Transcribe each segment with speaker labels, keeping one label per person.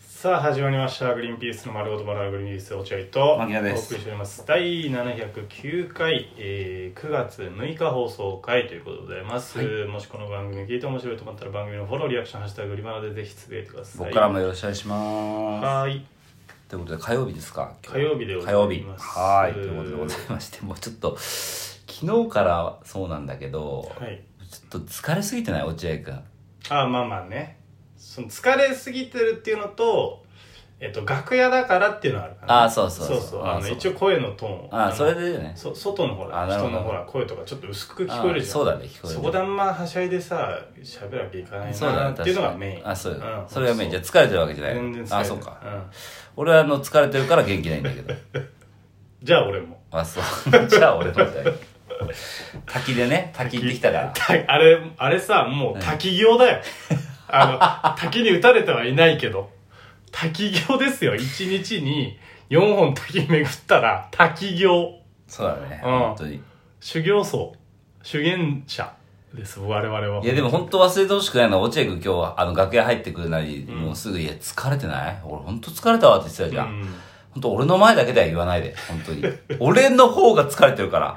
Speaker 1: さあ始まりました「グリーンピースの丸ごとバナナグリーンピース落合」とお
Speaker 2: 牧
Speaker 1: 送
Speaker 2: 野
Speaker 1: り
Speaker 2: です
Speaker 1: しております第709回、えー9月6日放送回ということでございます、もしこの番組聞いて面白いと思ったら番組のフォローリアクション「ハッシュタググリバナ」でぜひつぶやいてください
Speaker 2: 僕からもよろしくお願いしま
Speaker 1: はい
Speaker 2: すということで火曜日ですか今
Speaker 1: 火曜日でござ
Speaker 2: 火
Speaker 1: います
Speaker 2: 曜日はーいということでございましてもうちょっと昨日からそうなんだけど、
Speaker 1: はい
Speaker 2: ちょっと疲れすぎてない落合君
Speaker 1: ああまあまあねその疲れすぎてるっていうのとえっと楽屋だからっていうのはあるかな
Speaker 2: あーそうそうそう
Speaker 1: そう
Speaker 2: あー
Speaker 1: あの
Speaker 2: そう
Speaker 1: 一応声のトーンを
Speaker 2: ああ
Speaker 1: の
Speaker 2: それでね
Speaker 1: そ外のほら
Speaker 2: あなる
Speaker 1: 人
Speaker 2: ほど
Speaker 1: のほら声とかちょっと薄く聞こえるじゃん
Speaker 2: あそうだね聞こえる
Speaker 1: そこであんまはしゃいでさ喋らなきゃいかない
Speaker 2: そう
Speaker 1: な
Speaker 2: だ
Speaker 1: っ
Speaker 2: ね
Speaker 1: ていうのが
Speaker 2: 確かに
Speaker 1: メイン
Speaker 2: あそうだ、
Speaker 1: ん
Speaker 2: それがメインじゃあ疲れてるわけじゃない
Speaker 1: 全然疲れてる
Speaker 2: あそうか、俺はあの疲れてるから元気ないんだけど
Speaker 1: うんじゃあ俺も
Speaker 2: あそう じゃあ俺のみたいな滝でね滝行ってきたから
Speaker 1: たあれあれさもう滝行だよ あの滝に打たれてはいないけど滝行ですよ一日に4本滝巡ったら滝行
Speaker 2: そうだね、
Speaker 1: うん
Speaker 2: 本当に
Speaker 1: 修行僧修験者です我々はい
Speaker 2: やでも本当忘れてほしくないのは落合君今日はあの楽屋入ってくるなり、もうすぐ「いや疲れてない俺本当疲れたわ」って言ってたじゃん、
Speaker 1: うん
Speaker 2: 本当俺の前だけでは言わないで本当に 俺の方が疲れてるから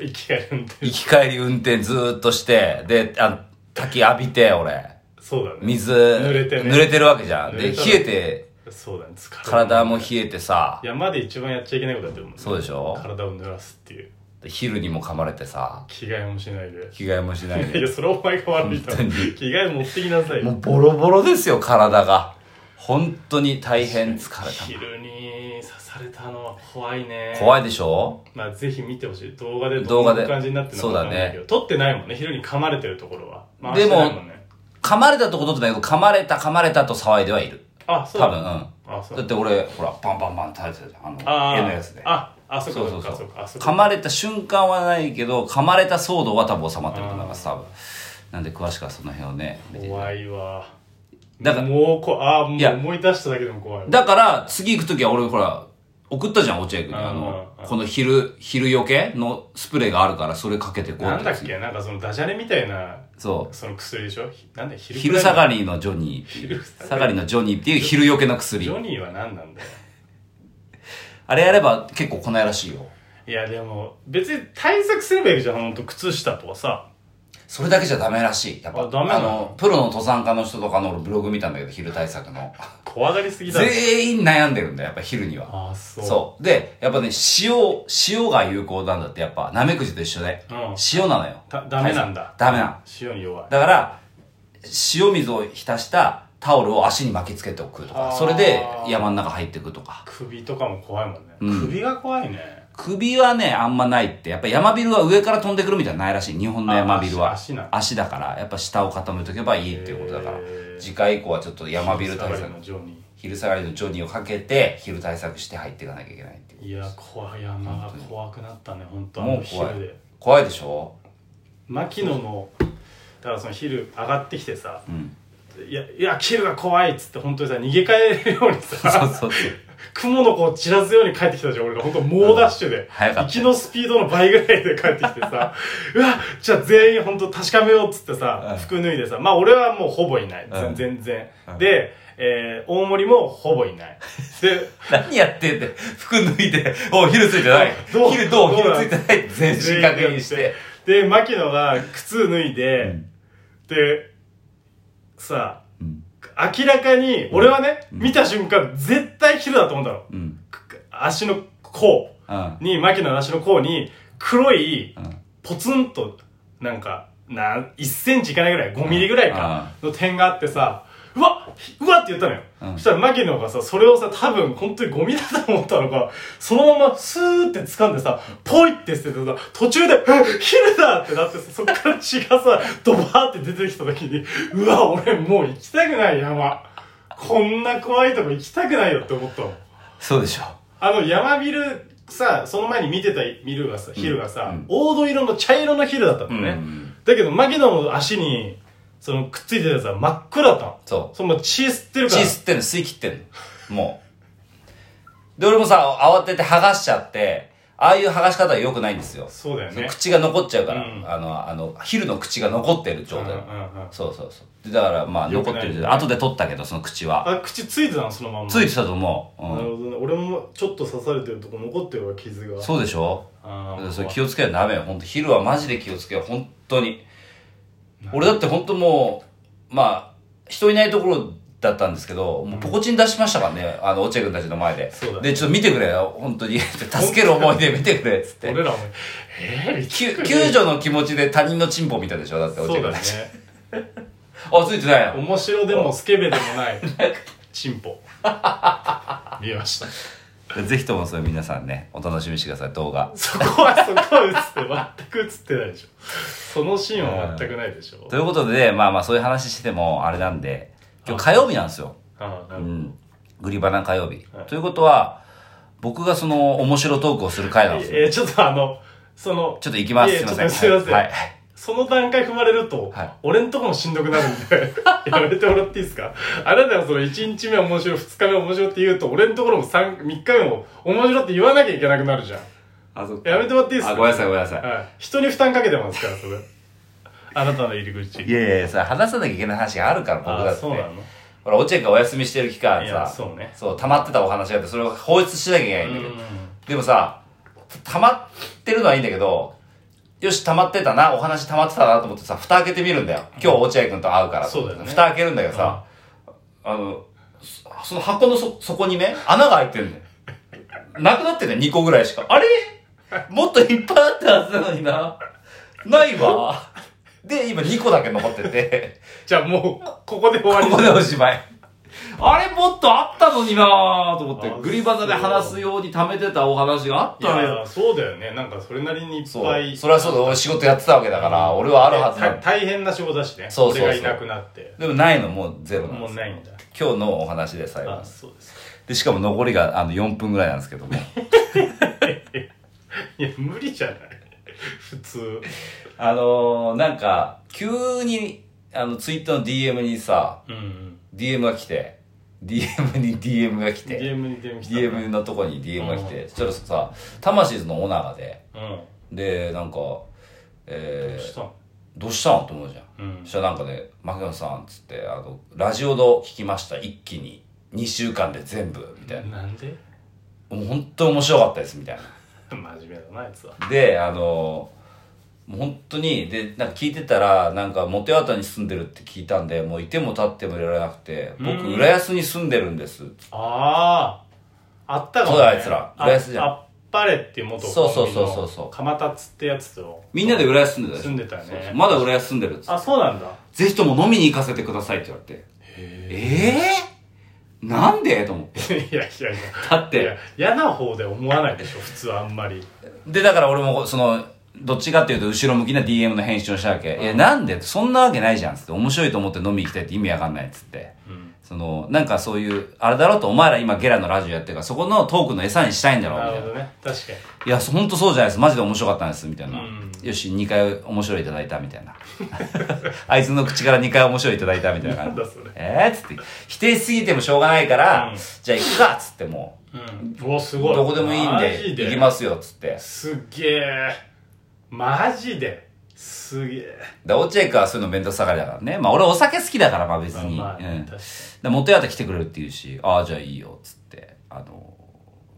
Speaker 1: 生き返るんで
Speaker 2: 行き帰り運転ずーっとしてであ滝浴びて俺
Speaker 1: そうだね
Speaker 2: 水
Speaker 1: 濡れてね
Speaker 2: 濡れてるわけじゃんで
Speaker 1: 濡れた
Speaker 2: 冷
Speaker 1: ら
Speaker 2: えて
Speaker 1: そうだね疲れる
Speaker 2: 体も冷えてさ
Speaker 1: 山で一番やっちゃいけないことやってるもんね
Speaker 2: そうでしょ
Speaker 1: 体を濡らすっていう
Speaker 2: で昼にも噛まれてさ
Speaker 1: 着替えもしないで
Speaker 2: 着替えもしない
Speaker 1: い
Speaker 2: で
Speaker 1: やそれお前が悪いだろ
Speaker 2: 本
Speaker 1: 着
Speaker 2: 当に
Speaker 1: 替え持ってきなさい
Speaker 2: も
Speaker 1: よ
Speaker 2: うボロボロですよ体が本当に大変疲れた
Speaker 1: 昼に刺されたのは怖いね
Speaker 2: 怖
Speaker 1: い
Speaker 2: いでしょ
Speaker 1: まあぜひ見てほしい動画で
Speaker 2: 動画で
Speaker 1: どんな感じになってるのかわかんないけど撮ってないもんね昼に噛まれてるところは回してないんね
Speaker 2: 噛まれたとことってないけど噛まれた噛まれたと騒いではいる
Speaker 1: あそうだ
Speaker 2: 多分うん
Speaker 1: あそう
Speaker 2: だって俺ほらバンバンバン食べてたじゃんあ
Speaker 1: あ
Speaker 2: の
Speaker 1: ー
Speaker 2: 絵のやつで
Speaker 1: ああそっか
Speaker 2: そう
Speaker 1: そ
Speaker 2: そ
Speaker 1: っ
Speaker 2: う
Speaker 1: か
Speaker 2: そ
Speaker 1: そっ
Speaker 2: う
Speaker 1: かあそっか
Speaker 2: 噛まれた瞬間はないけど噛まれた騒動は多分収まってると思います多分なんで詳しくはその辺をね見て
Speaker 1: 怖いわ
Speaker 2: だから
Speaker 1: もうこああも
Speaker 2: いや
Speaker 1: う思い出しただけでも怖いわ
Speaker 2: だから次行く時は俺ほら送ったじゃん落合君に
Speaker 1: あー
Speaker 2: あの
Speaker 1: あー
Speaker 2: この昼昼よけのスプレーがあるからそれかけてこう
Speaker 1: なんだっ
Speaker 2: って
Speaker 1: けなんかそのダジャレみたいな
Speaker 2: そう
Speaker 1: その薬でしょひなんだ昼
Speaker 2: 昼
Speaker 1: くら
Speaker 2: 下
Speaker 1: いの
Speaker 2: がりのジョニーっていう
Speaker 1: 昼下がり
Speaker 2: 下がりのジョニーっていう昼よけの薬
Speaker 1: ジョニーは何なんだよ
Speaker 2: あれやれば結構来ないらしいよ
Speaker 1: いやでも別に対策すればいいじゃんほんと靴下とかさ
Speaker 2: それだけじゃダメらしい。やっぱ、
Speaker 1: あダメなの
Speaker 2: の、プロの登山家の人とかの俺ブログ見たんだけど、昼対策 の。
Speaker 1: 怖がりすぎだろ
Speaker 2: 全員悩んでるんだよ、やっぱ昼には。
Speaker 1: ああそう
Speaker 2: そう。で、やっぱね、塩、塩が有効なんだって、やっぱ、ナメクジと一緒で。
Speaker 1: うん
Speaker 2: 塩なのよ。
Speaker 1: だダメなんだ
Speaker 2: 対策ダメなの。
Speaker 1: 塩に弱い
Speaker 2: だから、塩水を浸したタオルを足に巻きつけておくと
Speaker 1: あ
Speaker 2: か、
Speaker 1: ー
Speaker 2: それで山の中入っていくとか。
Speaker 1: 首とかも怖いもんね、
Speaker 2: うん
Speaker 1: 首が怖いね
Speaker 2: 首はね、あんまないって。やっぱ山ビルは上から飛んでくるみたいなのないらしい。日本の山ビル
Speaker 1: あ
Speaker 2: は。
Speaker 1: 足足なんだ
Speaker 2: 足だから、やっぱ下を傾いとけばいいっていうことだから
Speaker 1: へー。
Speaker 2: 次回以降はちょっと山ビル対
Speaker 1: 昼下が
Speaker 2: 策
Speaker 1: り。のジョニ
Speaker 2: 昼下がりのジョニーをかけて、昼対策して入っていかなきゃいけないっていう。
Speaker 1: ーいや怖い山が怖くなったね本当あ
Speaker 2: も
Speaker 1: の
Speaker 2: う怖い
Speaker 1: 昼で。
Speaker 2: 怖いでしょ
Speaker 1: 牧野のだからその昼上がってきてさ
Speaker 2: うん。
Speaker 1: いやいや昼が怖いっつって本当にさ逃げ帰れるように
Speaker 2: そう
Speaker 1: さ
Speaker 2: そうそう。
Speaker 1: 雲の子を散らすように帰ってきたじゃん俺が本当猛ダッシュで
Speaker 2: 早か
Speaker 1: 行
Speaker 2: っ
Speaker 1: きのスピードの倍ぐらいで帰ってきて さうわじゃあ全員本当確かめようっつってさ、
Speaker 2: うん
Speaker 1: 服脱いでさまあ俺はもうほぼいない、
Speaker 2: うん
Speaker 1: 全然、
Speaker 2: うん
Speaker 1: で、えー大森もほぼいないで
Speaker 2: た。何やってんだよ。服脱いで、お昼ついてない。
Speaker 1: どう
Speaker 2: 昼どう
Speaker 1: どう
Speaker 2: 昼
Speaker 1: な
Speaker 2: つ
Speaker 1: ん
Speaker 2: いてない。 全身確認して。
Speaker 1: で牧野が靴脱いで、でさ
Speaker 2: うん。
Speaker 1: 明らかに俺はね、見た瞬間絶対昼だと思うんだろ
Speaker 2: うん。うん。
Speaker 1: 足の甲
Speaker 2: うん。
Speaker 1: に牧野の足の甲に黒い
Speaker 2: うん
Speaker 1: ポツンとなんかなん1センチいかないぐらい5ミリぐらいかの点があってさうわひうわって言ったのよ、
Speaker 2: うん
Speaker 1: そしたら牧野がさそれをさ多分本当にゴミだと思ったのかそのままスーって掴んでさポイって捨ててさ途中でえ「昼だ!」ってなってさそっから血がさドバーって出てきた時にうわ俺もう行きたくない山こんな怖いとこ行きたくないよって思ったの。
Speaker 2: そうでしょ。
Speaker 1: あの、山ビル、さ、その前に見てたビルがさ、昼がさ、
Speaker 2: うん
Speaker 1: 黄土色の茶色の昼だったのね。
Speaker 2: うん
Speaker 1: だけど、牧野の足に、その、くっついてたやつは真っ黒だったの。
Speaker 2: そう。
Speaker 1: その、血吸ってるか
Speaker 2: 血
Speaker 1: ら。
Speaker 2: 吸ってんの吸い切ってんのもうで俺もさ慌てて剥がしちゃってああいう剥がし方は良くないんですよ。
Speaker 1: そうだよね
Speaker 2: 口が残っちゃうから、
Speaker 1: うん
Speaker 2: あの、あの、昼の口が残ってる状態。
Speaker 1: うんうんうん
Speaker 2: そうそうそう。でだから、まあ、
Speaker 1: 良く
Speaker 2: 残っ
Speaker 1: ない
Speaker 2: てる状態。後で取ったけど、その口は。
Speaker 1: あ口ついてたのそのまんま
Speaker 2: ついてたと思う。
Speaker 1: な
Speaker 2: う
Speaker 1: るほどね俺もちょっと刺されてるとこ残ってるわ傷が
Speaker 2: ん。そうでしょ
Speaker 1: あ
Speaker 2: うん
Speaker 1: ー
Speaker 2: それ気をつけないとダメよ。本当昼はマジで気をつけよう。本当に。俺だって本当もう、まあ、人いないところだったんですけど、もうポコチン出しましたからね。あの、落合君たちの前で
Speaker 1: そうだ。ね
Speaker 2: で、ちょっと見てくれよ。本当に。助ける思いで見てくれ。つって。
Speaker 1: 俺らもえー、
Speaker 2: 救救助の気持ちで他人のチンポ見たでしょだって、落
Speaker 1: そ
Speaker 2: 合
Speaker 1: うだ
Speaker 2: 君
Speaker 1: ね
Speaker 2: たち。あ、ついてないの
Speaker 1: 面白でもスケベでもないチンポ見えました
Speaker 2: ぜひともそれ皆さんね、お楽しみにしてください、動画。
Speaker 1: そこはそこは映って全く映ってないでしょそのシーンは全くないでしょ
Speaker 2: ということで、まあまあそういう話してもあれなんで、今日火曜日なんですよ。
Speaker 1: ああな
Speaker 2: う
Speaker 1: るほど
Speaker 2: ん。グリバナ火曜日。
Speaker 1: はい
Speaker 2: ということは、僕がその面白トークをする回なんですよ。
Speaker 1: えーちょっとあのその
Speaker 2: ちょっと行きます。
Speaker 1: いえ
Speaker 2: すいませ
Speaker 1: ちょ
Speaker 2: ん。
Speaker 1: っとすいません
Speaker 2: はい。
Speaker 1: その段階踏まれると、
Speaker 2: はい
Speaker 1: 俺んとこもしんどくなるんでやめてもらっていいですかあなたがその1日目面白い2日目面白いって言うと俺んところも 3, 3日目も面白いって言わなきゃいけなくなるじゃん
Speaker 2: あ、そう
Speaker 1: やめてもらっていいですか
Speaker 2: あ、ごめんなさい、ごめんなさい。
Speaker 1: はい、人に負担かけてますから それあなたの入り口
Speaker 2: いやいやいや、それ話さなきゃいけない話があるから、僕だ
Speaker 1: あ
Speaker 2: って。
Speaker 1: そうなの
Speaker 2: ほら、落合がお休みしてる期間
Speaker 1: い
Speaker 2: さ
Speaker 1: や、そうね
Speaker 2: そう、溜まってたお話があって、それを放出しなきゃいけないんだけど。でもさ、た溜まってるのはいいんだけど、よし、溜まってたな、お話溜まってたなと思ってさ、蓋開けてみるんだよ。今日、落合君と会うから。
Speaker 1: そうだよね
Speaker 2: 蓋開けるんだけどさ、あの、そその箱のそ、底にね、穴が開いてるんだよ。なくなってんだよ、2個ぐらいしか。あれもっといっぱいあったはずなのにな。ないわ。で、今2個だけ残ってて、
Speaker 1: じゃあもうここで終わり
Speaker 2: ここでおしまい。 あれもっとあったのになぁと思って
Speaker 1: あ、
Speaker 2: グリバナで話すように貯めてたお話があっ
Speaker 1: い
Speaker 2: たのよ。
Speaker 1: やそうだよねなんかそれなりにいっ
Speaker 2: そう。
Speaker 1: ぱい
Speaker 2: それはそうだ、俺仕事やってたわけだから、俺はあるはずな
Speaker 1: た
Speaker 2: の。
Speaker 1: 大変な仕事だしね
Speaker 2: そうそうそう
Speaker 1: 俺がいなくなって
Speaker 2: でもないの、もうゼロなんで
Speaker 1: も
Speaker 2: す
Speaker 1: う
Speaker 2: よ
Speaker 1: ないんだ
Speaker 2: 今日のお話で最後
Speaker 1: あ
Speaker 2: です。
Speaker 1: そうですか
Speaker 2: で、しかも残りがあの4分ぐらいなんですけど も。
Speaker 1: いや無理じゃない 普通
Speaker 2: あのー、なんか、急に、あの、ツイッターの DM にさ、
Speaker 1: うん、
Speaker 2: DM が来て、DM に DM が来て、
Speaker 1: DM に DM 来た
Speaker 2: DM のとこに DM が来て、そしたらさ、魂のオーナーがで、
Speaker 1: うん
Speaker 2: で、なんか、
Speaker 1: どう
Speaker 2: えー、
Speaker 1: したの
Speaker 2: どうしたんと思うじゃん。
Speaker 1: うん
Speaker 2: そしたらなんかね「牧野さん」っつってあの「ラジオド聞きました一気に2週間で全部」みたい
Speaker 1: なんで
Speaker 2: な「もう本当面白かったです」みたい
Speaker 1: 真面目だなあいつは
Speaker 2: なであのもう本当にでなんか聞いてたらなんかモテワタに住んでるって聞いたんでもういても立ってもいられなくて「
Speaker 1: う
Speaker 2: 僕
Speaker 1: ん
Speaker 2: 浦安に住んでるんです」
Speaker 1: あああったかも、
Speaker 2: そうだあいつら浦安じゃん
Speaker 1: あっぱれっていう元
Speaker 2: そうそうそうそうそう
Speaker 1: 蒲田っつってやつと
Speaker 2: みんなで浦安住んでたでしょ
Speaker 1: 住んでたよね
Speaker 2: そうそうまだ浦安住んでるっつって
Speaker 1: あそうなん だ
Speaker 2: ぜひとも飲みに行かせてくださいって言われてええー、なんでと思って
Speaker 1: いやいやいや
Speaker 2: だって
Speaker 1: いや嫌な方で思わないでしょ普通あんまり
Speaker 2: で、だから俺も、その、どっちかっていうと、後ろ向きな DM の返信をしたわけ。いや、なんでそんなわけないじゃんっつって。面白いと思って飲み行きたいって意味わかんないっつって。
Speaker 1: うん
Speaker 2: その、なんかそういう、あれだろうと、お前ら今ゲラのラジオやってるから、そこのトークの餌にしたいんだろうみ
Speaker 1: な
Speaker 2: た
Speaker 1: る
Speaker 2: い
Speaker 1: ほ
Speaker 2: な。
Speaker 1: どね確かに
Speaker 2: いや、そほんとそうじゃないです。マジで面白かったんです。みたいな。
Speaker 1: うん
Speaker 2: よし、2回面白いいただいた、みたいな。 あいつの口から2回面白いいただいた、みたいな
Speaker 1: な
Speaker 2: 感
Speaker 1: ん
Speaker 2: じ
Speaker 1: だ。それ
Speaker 2: えー、っつって、否定しすぎてもしょうがないから、
Speaker 1: うん
Speaker 2: じゃあ行くかっつっても
Speaker 1: うんおす
Speaker 2: う、
Speaker 1: ごい
Speaker 2: どこでもいいん
Speaker 1: マ
Speaker 2: で、
Speaker 1: ジで
Speaker 2: 行きますよ、っつって。
Speaker 1: すっげえマジですげえ
Speaker 2: で、落合君はそういうの面倒くさがりだからね。まあ俺お酒好きだから、まあ別に。
Speaker 1: まあまあ
Speaker 2: うん。
Speaker 1: 確か
Speaker 2: で
Speaker 1: に、
Speaker 2: モテやって来てくれるって言うし、ああ、じゃあいいよ、つって、あの、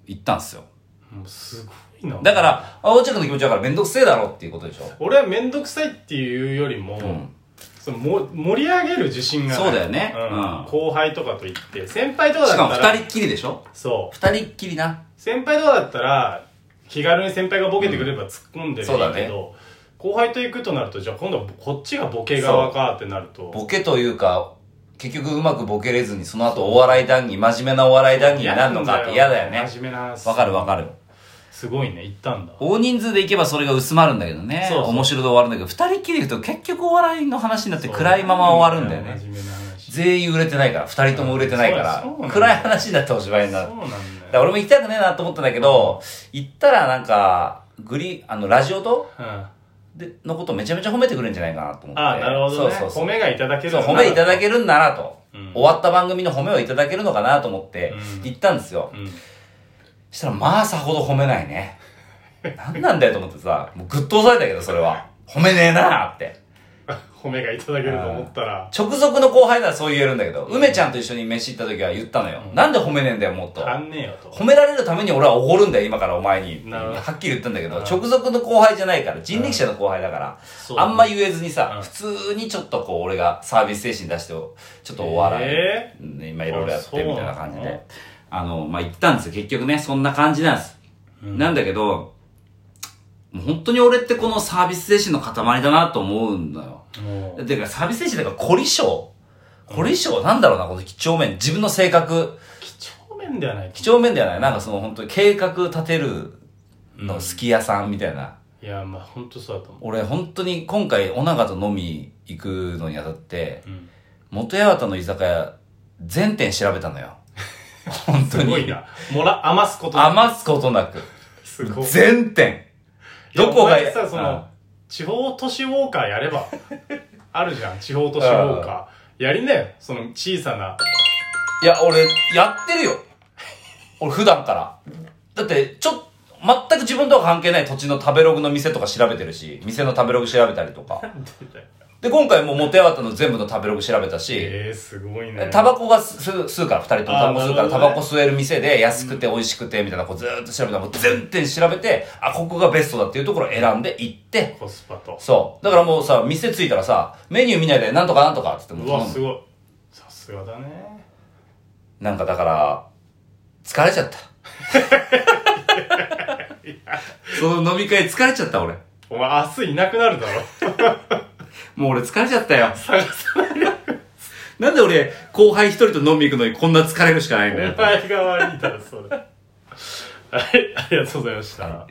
Speaker 2: 行ったんすよ。
Speaker 1: もうすごいな
Speaker 2: だから、あ落合君の気持ちだから面倒くせえだろっていうことでしょ。
Speaker 1: 俺は面倒くさいっていうよりも、
Speaker 2: ん
Speaker 1: そのも盛り上げる自信がない
Speaker 2: そうだよね
Speaker 1: うん
Speaker 2: うん
Speaker 1: 後輩とかと言って先輩とかだ
Speaker 2: し
Speaker 1: っ
Speaker 2: かも
Speaker 1: たら
Speaker 2: 二人っきりでしょ
Speaker 1: そう
Speaker 2: 二人っきりな。
Speaker 1: 先輩とかだったら気軽に先輩がボケてくれれば突っ込んでる
Speaker 2: そうだ
Speaker 1: け
Speaker 2: ね
Speaker 1: ど、後輩と行くとなるとじゃあ今度はこっちがボケ側かってなると
Speaker 2: ボケというか、結局うまくボケれずに、その後お笑い談義、真面目なお笑い談義になるのかって嫌だよね。
Speaker 1: 真面目な話
Speaker 2: わかるわかる。
Speaker 1: すごいね行ったんだ
Speaker 2: 大人数で行けばそれが薄まるんだけどね。
Speaker 1: そうそう
Speaker 2: 面白で終わるんだけど、二人っきりで行くと結局お笑いの話になって暗いまま終わるんだよね。
Speaker 1: 真面目な話
Speaker 2: 全員売れてないから、二人とも売れてないか
Speaker 1: そ
Speaker 2: ら
Speaker 1: うそうな、んだ
Speaker 2: 暗い話になっておしまいに
Speaker 1: そ
Speaker 2: な
Speaker 1: う
Speaker 2: る。だか
Speaker 1: なんだ
Speaker 2: ら
Speaker 1: よ、
Speaker 2: 俺も行きたくねえなと思ったんだけど、行ったらなんか、グリ、あの、ラジオと
Speaker 1: うん、あ
Speaker 2: で、のことめちゃめちゃ褒めてくれるんじゃないかなと思って。
Speaker 1: あなるほどね
Speaker 2: そうそう
Speaker 1: 褒めがいただける
Speaker 2: そう。そう、褒めいただけるんならと。
Speaker 1: うん
Speaker 2: 終わった番組の褒めをいただけるのかなと思って
Speaker 1: う、ん
Speaker 2: 行ったんですよ。
Speaker 1: うん
Speaker 2: したら、まあさほど褒めないね。何なんだよと思ってさ、もうぐっと押さえたけど、それは。褒めねえなーって。
Speaker 1: 褒めがいただけると思ったら、
Speaker 2: 直属の後輩ならそう言えるんだけど、梅ちゃんと一緒に飯行った時は言ったのよ。なんで褒めねえんだよ、もっと。
Speaker 1: 足んねえよと。
Speaker 2: 褒められるために俺はおごるんだよ、今からお前に。
Speaker 1: なるほど
Speaker 2: はっきり言ったんだけど、
Speaker 1: うん
Speaker 2: 直属の後輩じゃないから、人力車の後輩だから、あんま
Speaker 1: り
Speaker 2: 言えずにさ、普通にちょっとこう、俺がサービス精神出して、ちょっとお笑い、
Speaker 1: え
Speaker 2: ね今いろいろやってみたいな感じ
Speaker 1: あそうな
Speaker 2: で
Speaker 1: の。
Speaker 2: あの、まあ、言ったんですよ。結局ね、そんな感じなんです。
Speaker 1: うん
Speaker 2: なんだけど、もう本当に俺ってこのサービス精神の塊だなと思うんだよ。
Speaker 1: もう
Speaker 2: てかサービス精神だから凝り性凝り性なんだろうな、この几帳面。自分の性格。
Speaker 1: 几帳面ではない
Speaker 2: 几帳面ではない。なんかその本当に計画立てるの好き屋さんみたいな。
Speaker 1: いやまあ本当そうだと思
Speaker 2: 俺本当に今回、尾長と飲み行くのにあたって、
Speaker 1: う、うん、
Speaker 2: 元八幡の居酒屋、全店調べたのよ。 本当
Speaker 1: す
Speaker 2: に。
Speaker 1: ごいなもら余すこと
Speaker 2: 余すことなく。
Speaker 1: すごい
Speaker 2: 全店。どこが
Speaker 1: いやお前さそ
Speaker 2: うん
Speaker 1: の地方都市ウォーカーやれ ばあるじゃん地方都市ウォーカーやりなよその小さ ない
Speaker 2: や、俺、やってるよ。俺、普段から。だって、ちょっと、全く自分とは関係ない土地の食べログの店とか調べてるし、店の食べログ調べたりとか。で、今回もモテアワタの全部の食べログ調べたし、
Speaker 1: えー、すごいね
Speaker 2: タバコが吸う吸うから、二人ともタバコ
Speaker 1: あ
Speaker 2: 吸うか
Speaker 1: ーなる
Speaker 2: ら、タ
Speaker 1: ほどね
Speaker 2: バコ吸える店で安くて美味しくて、みたいな、こうずーっと調べたら、もう全店調べて、あ、ここがベストだっていうところを選んで行って、
Speaker 1: コスパと
Speaker 2: そう。だからもうさ、店着いたらさ、メニュー見ないで、なんとかなんとかっつってもう
Speaker 1: う
Speaker 2: 頼
Speaker 1: わ
Speaker 2: む
Speaker 1: すごいさすがだね
Speaker 2: なんかだから、疲れちゃった。 その飲み会疲れちゃった俺。
Speaker 1: お前明日いなくなるだろ
Speaker 2: もう俺疲れちゃったよ。なんで俺、後輩一人と飲み行くのにこんな疲れるしかないんだよ
Speaker 1: お。前が悪いだろそれはいありがとうございました、